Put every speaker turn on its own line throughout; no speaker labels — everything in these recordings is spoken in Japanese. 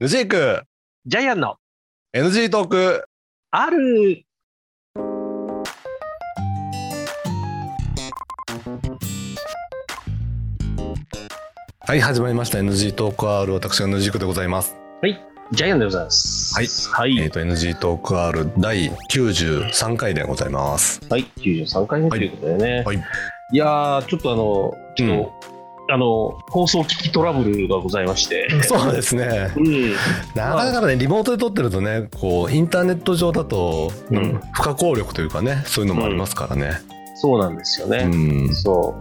ヌジーク
ジャイアンの
NG トーク
ある
はい始まりました NG トーク R 私がヌジークでございます
ジャイアンでございます。はい。
えっ、と NG トーク R 第93回でございます
はい。93回目ということでね。
はいはい
いやー、ちょっとあの、ち
う
ょ
ん
っと、あの、放送機器トラブルがございまして。
そうですね
うん。
なかなかねリモートで撮ってるとねこうインターネット上だと、
うん
うん不可抗力というかねそういうのもありますからね
そうなんですよ
う
ね。
ん、
そ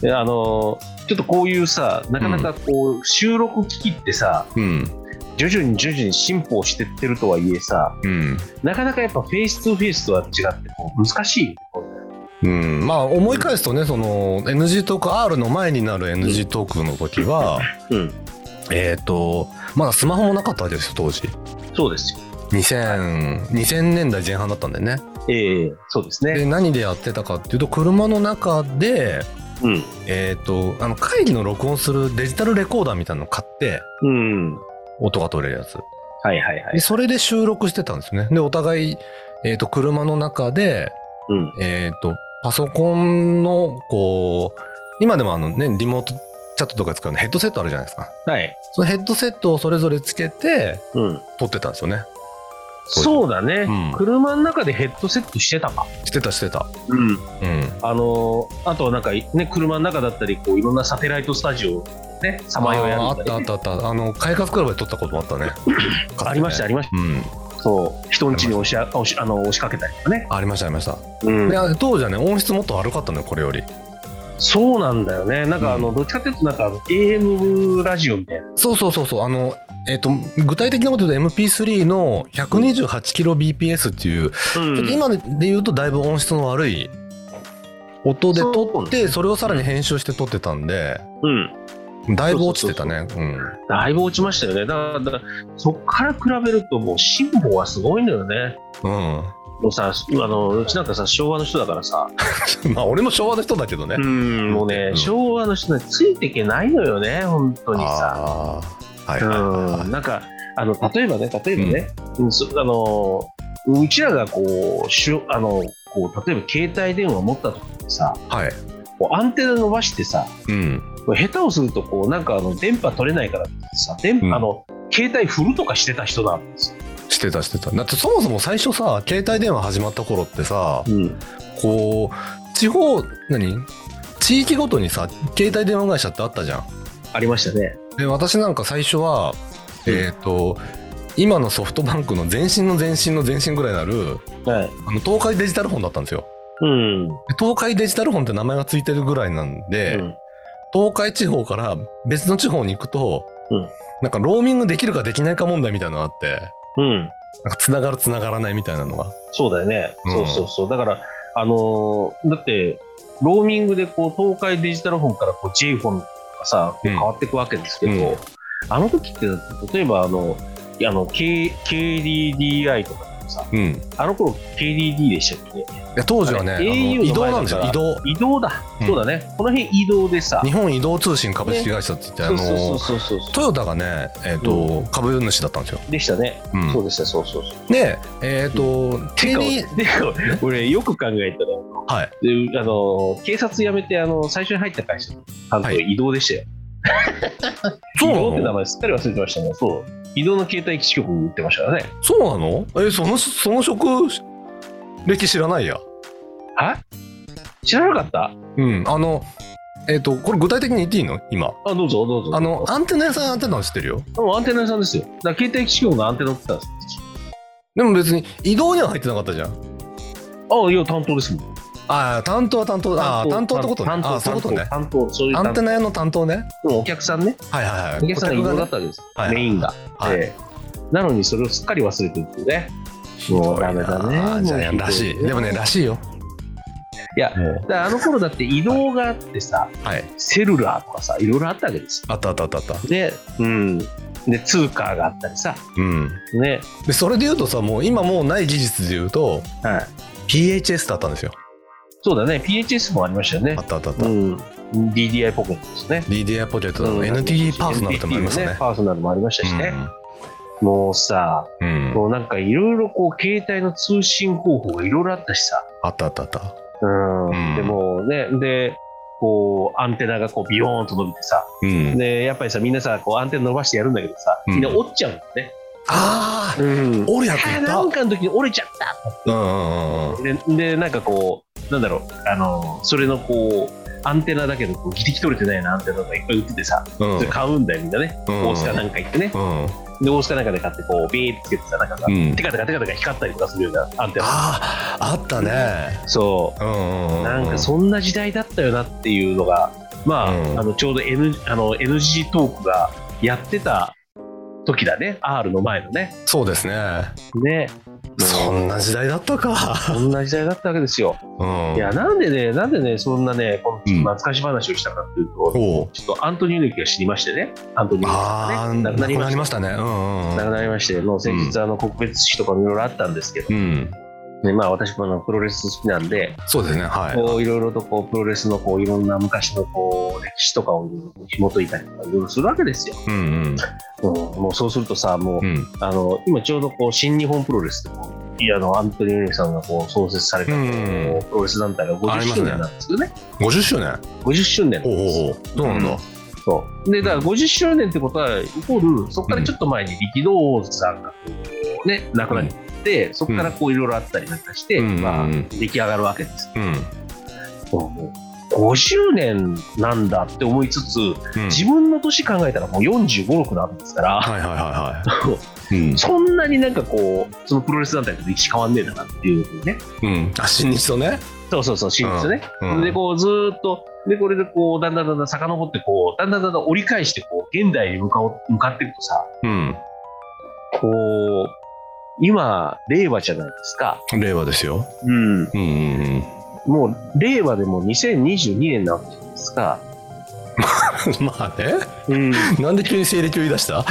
う。で、あの、ちょっとこういうさ、なかなかこう、収録機器ってさ、
うん
徐々に徐々に進歩してってるとはいえさ、
うん
なかなかやっぱフェイストゥフェイスとは違って、こう難しいよね。これ
うん、まあ思い返すとねその NG トーク R の前になる NG トークの時は、
うん。
えっ、とまだスマホもなかったわけですよ当時
そうですよ。
2000, 2000年代前半だったんだよね
ええそうですね。
で何でやってたかっていうと車の中で、
うん。
えっとあの会議の録音するデジタルレコーダーみたいなの買って
うん。
音が取れるやつ
はいはいは
で
い。
それで収録してたんですよねでお互い、えっと車の中で、
うん。
えっとパソコンのこう今でもあの、ね、リモートチャットとか使うのヘッドセットあるじゃないですか
はい。
そのヘッドセットをそれぞれつけて
うん。
撮ってたんですよね
そうだね、
うん
車の中でヘッドセットしてたか。
してたしてた
うん。
うん
あのーあとはなんかね、車の中だったり、こういろんなサテライトスタジオ、ね、さまよい
あーあ
や
っ
ると
た
か
あっ
ね
たあったあの快活クラブで撮ったこともあったね
ありました、ありまし
うん
た。そう。人ん家に押しあ押しあの押しかけたりとかね。
ありましたありました、
うん
であの当時はね音質もっと悪かったのよこれより
そうなんだよね。なんかあの、どっちかっていうと、なんか AM ラジオみたいな。
そうそうそうそうあのえっ、と具体的なこと言うと MP3 の 128kbps っていう、
うん
ちょっと今で言うとだいぶ音質の悪い音で撮ってそれをさらに編集して撮ってたんで
うん。
だいぶ落ちてたねうん
だいぶ落ちましたよね。だから、だからそっから比べると、もう辛抱はすごいんだよね。
うん
もうさ、あの、うちなんかさ、昭和の人だからさ、
まあ俺も昭和の人だけどね、
うん、もうね、
うん
昭和の人についていけないのよね、本当にさ。
ああはいはいはいは
う
い
ん、なんか、あの、例えばね、例えばね、うん、そあの、うちらがこう、しゅあの、こう、例えば携帯電話持った時にさ、
はい
こうアンテナ伸ばしてさ、
うん
こう下手をすると、こう、なんかあの、電波取れないからってさ、電波、
うん
あの、携帯振るとかしてた人なんですよ。
してたしてただってそもそも最初さ携帯電話始まった頃ってさ
うん。
こう地方何地域ごとにさ携帯電話会社ってあったじゃん
ありましたね。
で私なんか最初は
うん
えっ、と今のソフトバンクの前身の前身の前身ぐらいになる
はい。
あの東海デジタルフォンだったんですよ
うん。
で東海デジタルフォンって名前がついてるぐらいなんで、
うん
東海地方から別の地方に行くと、
うん
なんかローミングできるかできないか問題みたいなのがあって
う
な
ん。
んか繋がる繋がらないみたいなのが
そうだよね、
うん
そうそうそう、だから、あのーだって、ローミングでこう東海デジタルフォンからこう J フォンがさ、こう
うん
変わっていくわけですけど、
うん
あの時ってだって、例えばあの、あの K KDDI とかさ、
うんい
あの頃 KDD でしたっけ
や当時はね
あ
あ
れ
の
au
移動なんですよ
の
移
前だか
動
移動だ、
うん
そうだね、この辺移動でさ、
日本移動通信株式会社って言って、あ
そうそうそ
の
うそうそうそう、
トヨタがね、えーと株主だったんですよ、
でしたね、
うん
そうでした、そうそうそう。
でえっ、と、
て
テ
か
ニ
てか俺、よく考えたら、
はい
であの警察辞めてあの最初に入った会社の担当
は
移動でしたよ、移動って名前すっかり忘れてましたねそう移動の携帯基地局に売ってましたからね
そうなのえそのその職歴知らないや
は知らなかった
うんあのえっ、とこれ具体的に言っていいの今
あどうぞどうぞ
あのアンテナ屋さんやってたの知ってるよ
もうアンテナ屋さんですよだから携帯基地局のアンテナ売ってたんです
でも別に移動には入ってなかったじゃん
あいや担当ですもん
ああ担当は担当ああ担当ってことね
担当
ああそういうことね
担当担当そういう
アンテ
担
ナ屋の担当ね
当でもお客さんね
はいはいはい
お客さんが移動だ
ね
ったわけです、
はいはい
メインが、
はい
ええなのにそれをすっかり忘れてるっていうね
ひどいな
もうダメだね
ジャイアンらしい
もうひどい
でもねらしいよ
いや
も
だからあの頃だって移動があってさ、
うはい
セルラーとかさいろいろあったわけですよ
あったあったあったあった
で,、うん、で通貨があったりさ
うん
ね
でそれで言うとさもう今もうない事実で言うと
はい
PHS だったんですよ
そうだね PHS もありましたよね
あったあったあった、
うん、DDI ポケットですね
DDI ポケットの
うん
NTT パーソナルでもありますよ
NTT
ね
パーソナルもありましたしね、もうさ、
うん。
もうなんかいろいろこう、携帯の通信方法がいろいろあったしさ、
あったあったあった。
うん。
うん
でもね、で、こう、アンテナがこう、ビヨーンと伸びてさ、
うん。
で、やっぱりさ、みんなさ、こう、アンテナ伸ばしてやるんだけどさ、
うん
みんな折っちゃうんだよね。
ああ
うん。
俺やっ
あ
て
ーな
た。うんん
かの時に折れちゃった
うんうんうん。
ででなんかこうなんだろうあのそれのこうアンテナだけどこうギリギリ取れてないようなアンテナがいっぱい売っててさ、
うん
それ買うんだよみんなね、
うん
大塚なんか行ってね
うん。
で大塚なんかで買ってこうビーってつけてさなんかさ、
うん
テカテカテカテカ光ったりとかするようなアンテナ
ああ、あったね。
そ
うんうんう。
うんなんかそんな時代だったよなっていうのがまあ,、
うん
あのちょうど、N、あの NG トークがやってた時だね R の前のね
そうですね。
ね
そんな時代だったか。
そんな時代だったわけですよ
うん。
いや、なんでね、なんでね、そんなね、この
うん
懐かし話をしたかっていうと、
おう。
ちょっとアントニオ猪木が死にましてね、アントニオ猪
ああ、
ね
な
なくな
く
り
な
ました
りましたね。うんうんう
木
ん。
が亡くなりまして、もう先日、あの告別式とかもいろいろあったんですけど、
うん。
ねまあ、私もあのプロレス好きなんで、
そうですね。はい。
こういろいろとこうプロレスのこういろんな昔のこう歴史とかを紐解いたりとか、いろいろするわけですよ。
うんうん
うん、もうそうするとさ、もう、
うん
あの今ちょうどこう新日本プロレスでこういやあのアントニオ猪木さんがこう創設されたこう
うん
プロレス団体が
あり
50
ます
周
ね
年なんですよね。
50周年
50周年なん
おう
ですよ
おうおうどうなんだ
そう。で、だから50周年ってことは、イコール、そこからちょっと前に力道山がこう、ね、亡くなって、そこからこういろいろあったりなんかして、
うん
ま
う
あ
ん、
出来上がるわけです。
うん
50年なんだって思いつつ、
うん
自分の年考えたらもう45、6なんですから、
はいはいはいはいうん
そんなになんかこう、そのプロレス団体と歴史変わんねえだなっていうふうにね。
うんあ新日とね
そうそうそう、真実ね。
うん
で、こう、ずーっと、で、これでこう、だんだんだんだん遡って、こう、だんだんだんだん折り返して、こう、現代に向かお向かっていくとさ、
うん
こう、今、令和じゃないですか。
令和ですよ
うん。
うんうんうん
もう、令和でも2022年なわけじゃないですか。
まあね
うん。
なんで急に西暦を言い出した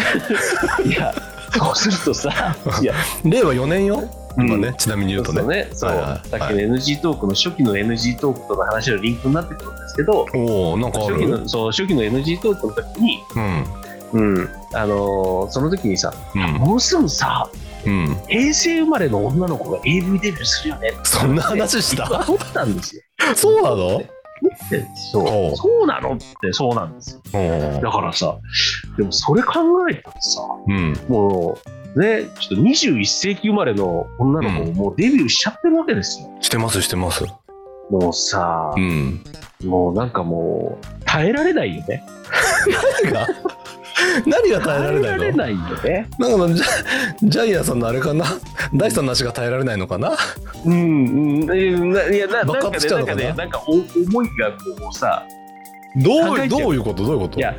いや、そうすると さ、いや、
令和4年よ今ねちなみに
うん。
言
そうう
と
そう
ね
ね、そう、
はいはい
さっきの NG トークの初期の NG トークとの話のリンクになってくるんですけど、
おおなんかあ
初期
る
のそう初期の NG トークの時に、
うん
うんあのーその時にさ、
うん
もうすぐさ、
うん
平成生まれの女の子が AV デビューするよね
そんな話 した
撮ったん ですよ。
そうなの
でそ
おう
うそうなのってそうなんですよ
お
だ
ー
からさ、でもそれ考えたらさ、
うん
もう、ね、ちょっと21世紀生まれの女の子ももうデビューしちゃってるわけですよ。
してますしてます
もうさ
う、ん
もうなんかもう、耐えられないよね。
何が何が耐えられないの
耐えられないよね。
なんかジャジャイアンさんのあれかなダイさんの足が耐えられないのかな
うん、うん、いや、ないやな
爆
なんか
発し
ね、
ちゃうのかな
なんかね、なんかお思いがこうさ、
ど
考
う
えちゃう
どういうことどういうこと
いや、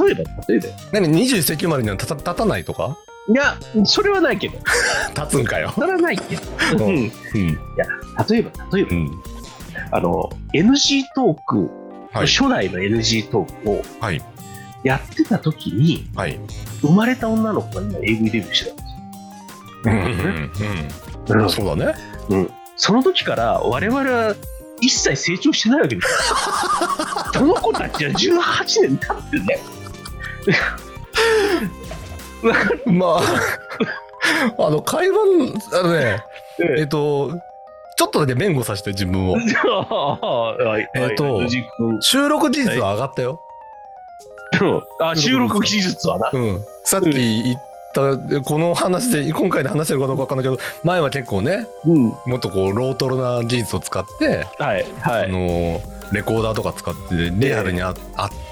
例えば、例えば。
何21世紀生まれには立た立たないとか
いや、それはないけど、
立つんかよ
それはないけど、
う
うんん、
うん
例えば、例えば
う、ん
あの、NG トーク、
はい
初代の NG トークを
はい
やってた時に、
はい
生まれた女の子が今 AV デビューして
う
た
ん
んですよ。
う
うんん
そうだね
その時から我々は一切成長してないわけで すよ。その子たちは18年経ってね。
まあ あの会話あのねえっとちょっとだけ弁護させて自分をえ
え
っと収録事実は上がったよ、
あ収録技術はな。
うんさっき言ったこの話で今回で話してるかどうかわかんないけど前は結構ね
うん、は
もっとこうロートロな事実を使って、
いは
あ
い。
のレコーダーとか使ってリアルにあ,、っ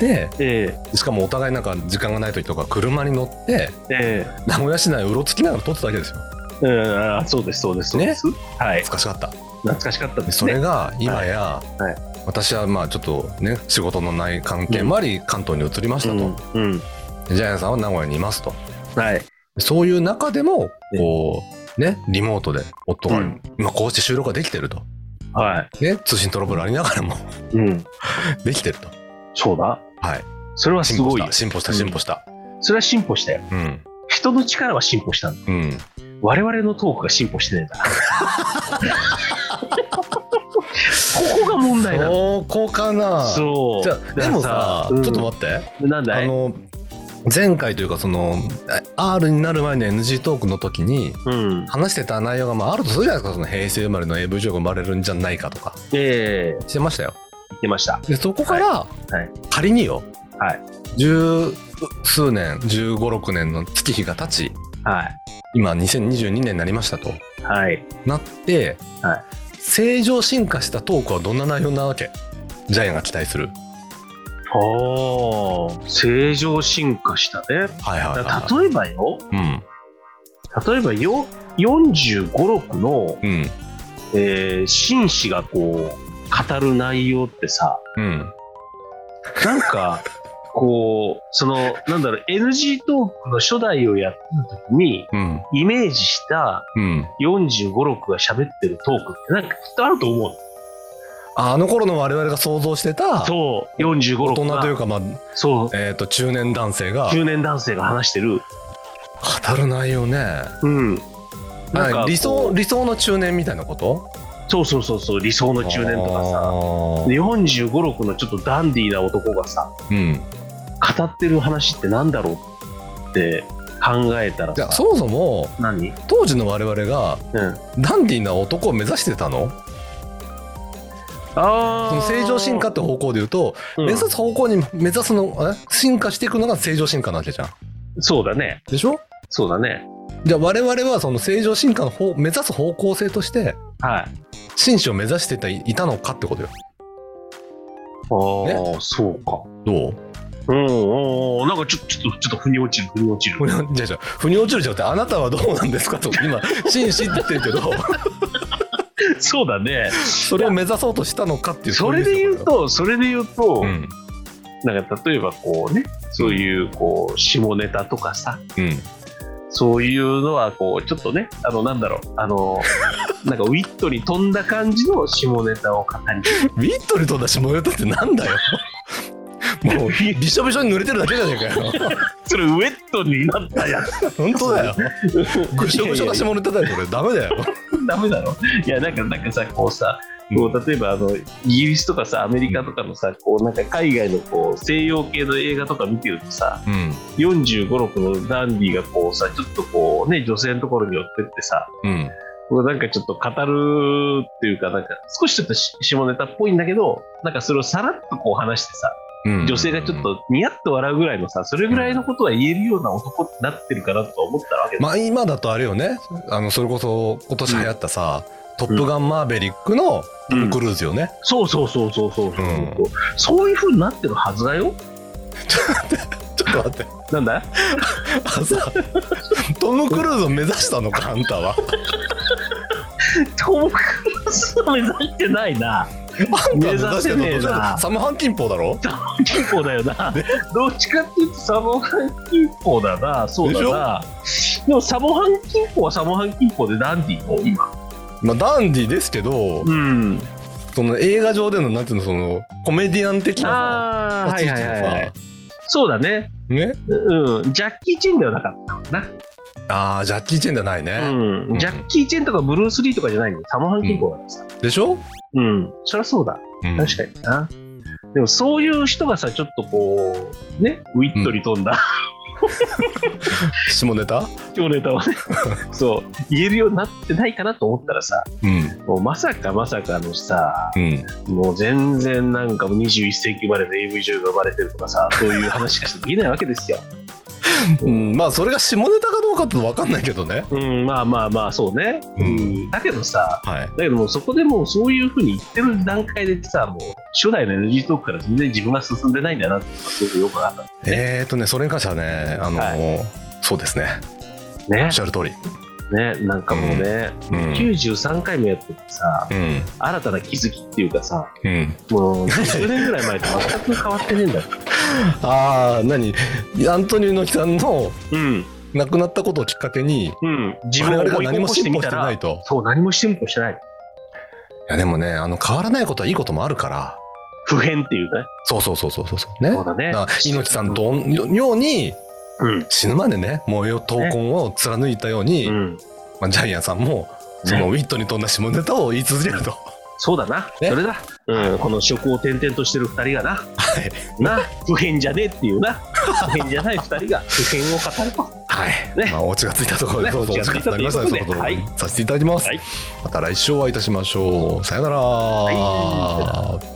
て
え
しかもお互いなんか時間がない時とか車に乗って
ええ
名古屋市内をうろつきながら撮ってたわけですよ
えうんあそうですそうですそうです。はい
懐かしかった
懐かしかったで
ですそれ
ね。
が今や、
はいは
私はまあちょっとね仕事のない関係もあり関東に移りましたと、
うんうん
ジャイアンさんは名古屋にいますと
はい。
そういう中でもこうねリモートで夫が、
うん
今こうして収録ができてると、
は
ね、通信トラブルありながらも
い。うん。
できてると
そうだ。
はい
それはす
進歩
ごい
した。進歩した進歩した
それは進歩したよ。
うん
人の力は進歩したんだ。
うん
我々のトークが進歩してないんだ。 ここが問題なの。
そこかな
そう。
じゃあ
だから
でもさ、
うん
ちょっと待って、
なんだ
あ
い
の前回というかそのあ R になる前の NG トークの時に
うん。
話してた内容が、まあ、あるとするじゃないですかその平成生まれの AV 女優が生まれるんじゃないかとか
ええ
してましたよ
言ってました。
でそこから、
いはい
仮によ、
はい
十数年1 5 6年の月日が経ち
は
今2022年になりましたと
い。はい。
なって、
は
正常進化したトークはどんな内容なわけジャイアンが期待する
おー、正常進化したね。
はいはいはい、
だ例えばよ、
うん
例えばよ、45、6の、
うん
えー、紳士がこう、語る内容ってさ、
うん
なんか、こう、その、なんだろう、NG トークの初代をやってた時に、
うん
イメージした
うん
45、6が喋ってるトークって、なんかきっとあると思うの。
ああの頃の我々が想像してた
そう、45、
大
6
人という
が、
か、まあ
そ
えー、と中年男性
う、
が
中年男性が話してる。
語る内容ね
うん。なんか
な
こ
ん
う
理想理想の中年みたいなこと
そうそうそうそう、理想の中年とか
あ
さ、
ー
45、6のちょっとダンディーな男がさ、
うん
語ってる話ってなんだろうって考えたら
じゃあ
さ、
そもそも
何
当時の我々が
うん。
ダンディーな男を目指してたの
あ
その正常進化って方向で言うと、目指す方向に目指すのえ進化していくのが正常進化なわけじゃん
そうだね。
でしょ
そうだね。
じゃあ我々はその正常進化の方目指す方向性として
はい。
紳士を目指してたいたのかってことよ
ああ、そうか。
どう
うんうんうん、なんかちょちょっと、ちょっと腑に落ちる、腑に落ち
ふ
る。
にょじゃあじゃあふに落ちるじゃなくてあなたはどうなんですかと今紳士って言ってるけ ど
そうだね。
それを目指そうとしたのかっていう
それで言う、と、それで言うと、
そういうこ
なんか例えばこうね、そういうこう、下ネタとかさ、
とようんうん
そういうのはこう、ちょっとね、あの、なんだろう、あ の、なんかウィットに飛んだ感じの下ネタを語り。
ウィットルとだし模様だってなんだよもうびしょびしょに濡れてるだけじゃねえかよ
それウェットになったや つ。
本当だよぐしょぐしょな下ネタだよこれダメだよ
ダメだろ。いや、なんか、なんかさ、こうさ、こう例えばあのイギリスとかさアメリカとかのさこうなんか海外のこう西洋系の映画とか見てるとさ
うん
4 5 6のダンディがこうさちょっとこうね女性のところに寄ってってさ
うん
こうなんかちょっと語るっていうかなんか少しちょっとし下ネタっぽいんだけどなんかそれをさらっとこう話してさ
うん
女性がちょっとニヤッと笑うぐらいのさそれぐらいのことは言えるような男になってるかなとは思ったわけだ、
まあ今だとあれよねあのそれこそ今年流行ったさ「トップガンマーベリック」のトム・クルーズよね、
そうそうそうそうそうそう、
うん
そういうふうになってるはずだよ
ちょっと待って
なんだ
あさトム・クルーズを目指したのかあんたは
トム・クルーズを目指してないな。
あんたは目指して
目指してねえ
るの
な
かサム・ハンティンポーだろ
金庫だよな。どっちかっていうとサモハン金庫だな。そうだな。でもサモハン金庫はサモハン金庫でダンディーの今。
まあダンディですけど、
うん。
その映画上でのなんていうのそのコメディアン的な
ああ、
さ
はいはいはいはい。そうだね。
ね
うん。ジャッキー・チェンではなかったもんな。
ああジャッキー・チェンじゃないね、
うん。ジャッキー・チェンとかブルース・リーとかじゃないの。サモハン金庫なんですよ
でしょ、
うん。そりゃそうだ。
うん
確かにな。でもそういう人がさ、ちょっとこう、ね、ウィットに飛んだ
下ネタ
今日ネタをねそう言えるようになってないかなと思ったらさ
うん
もうまさかまさかのさ
うん
もう全然なんかもう21世紀生まれの AV 女優が生まれてるとかさそういう話しかしできないわけですよ
うん、まあそれが下ネタかどうかって分かんないけどね
うんまあまあまあそうね、
うん
だけどさ
はい
だけどもうそこでもうそういうふうに言ってる段階でさもう初代の NG トークから全然自分が進んでないんだなっていうのがすごくよく分かっ
えーとねそれに関してはねあの、そうですね
たね
おっしゃる通り
ねなんかもうね、
うんうん
93回もやっててさ
うん
新たな気づきっていうかさ、
うん
もう10年ぐらい前と全く変わってねえんだよ。
ああ何アントニオ猪木さんの
うん。
亡くなったことをきっかけに
うん。自
我
分
々が
を追い
何
込
も
して
進
み
歩したてな
ら
い、と
そう、何も進歩してない。
いやでもねあの変わらないことはいいこともあるから
不変っていうね。
そうそうそうそうそうそうね
そうだね。
だから猪木さんと同じように
うん。
死ぬまでね燃えよ闘魂を貫いたように、
うん。
まあ、ジャイアンさんもそのウィットに富んだ下ネタを言い続けると。
そうだな。
ね
それだ。うん、この職を転々としてる二人がな、
はい。
な、不変じゃねえっていうな、不変じゃない二人が不変を語ると。
はい。
ね
まあ、オチがついたところで、
ね
どうぞ、
オ
オ
チ
チ
が
がつ
つい
い
た
た
と
と
い
いうう
こ
ことと
で
で、
はい
させていただきます。
はい
また来週お会いいたしましょう。さよなら。
はい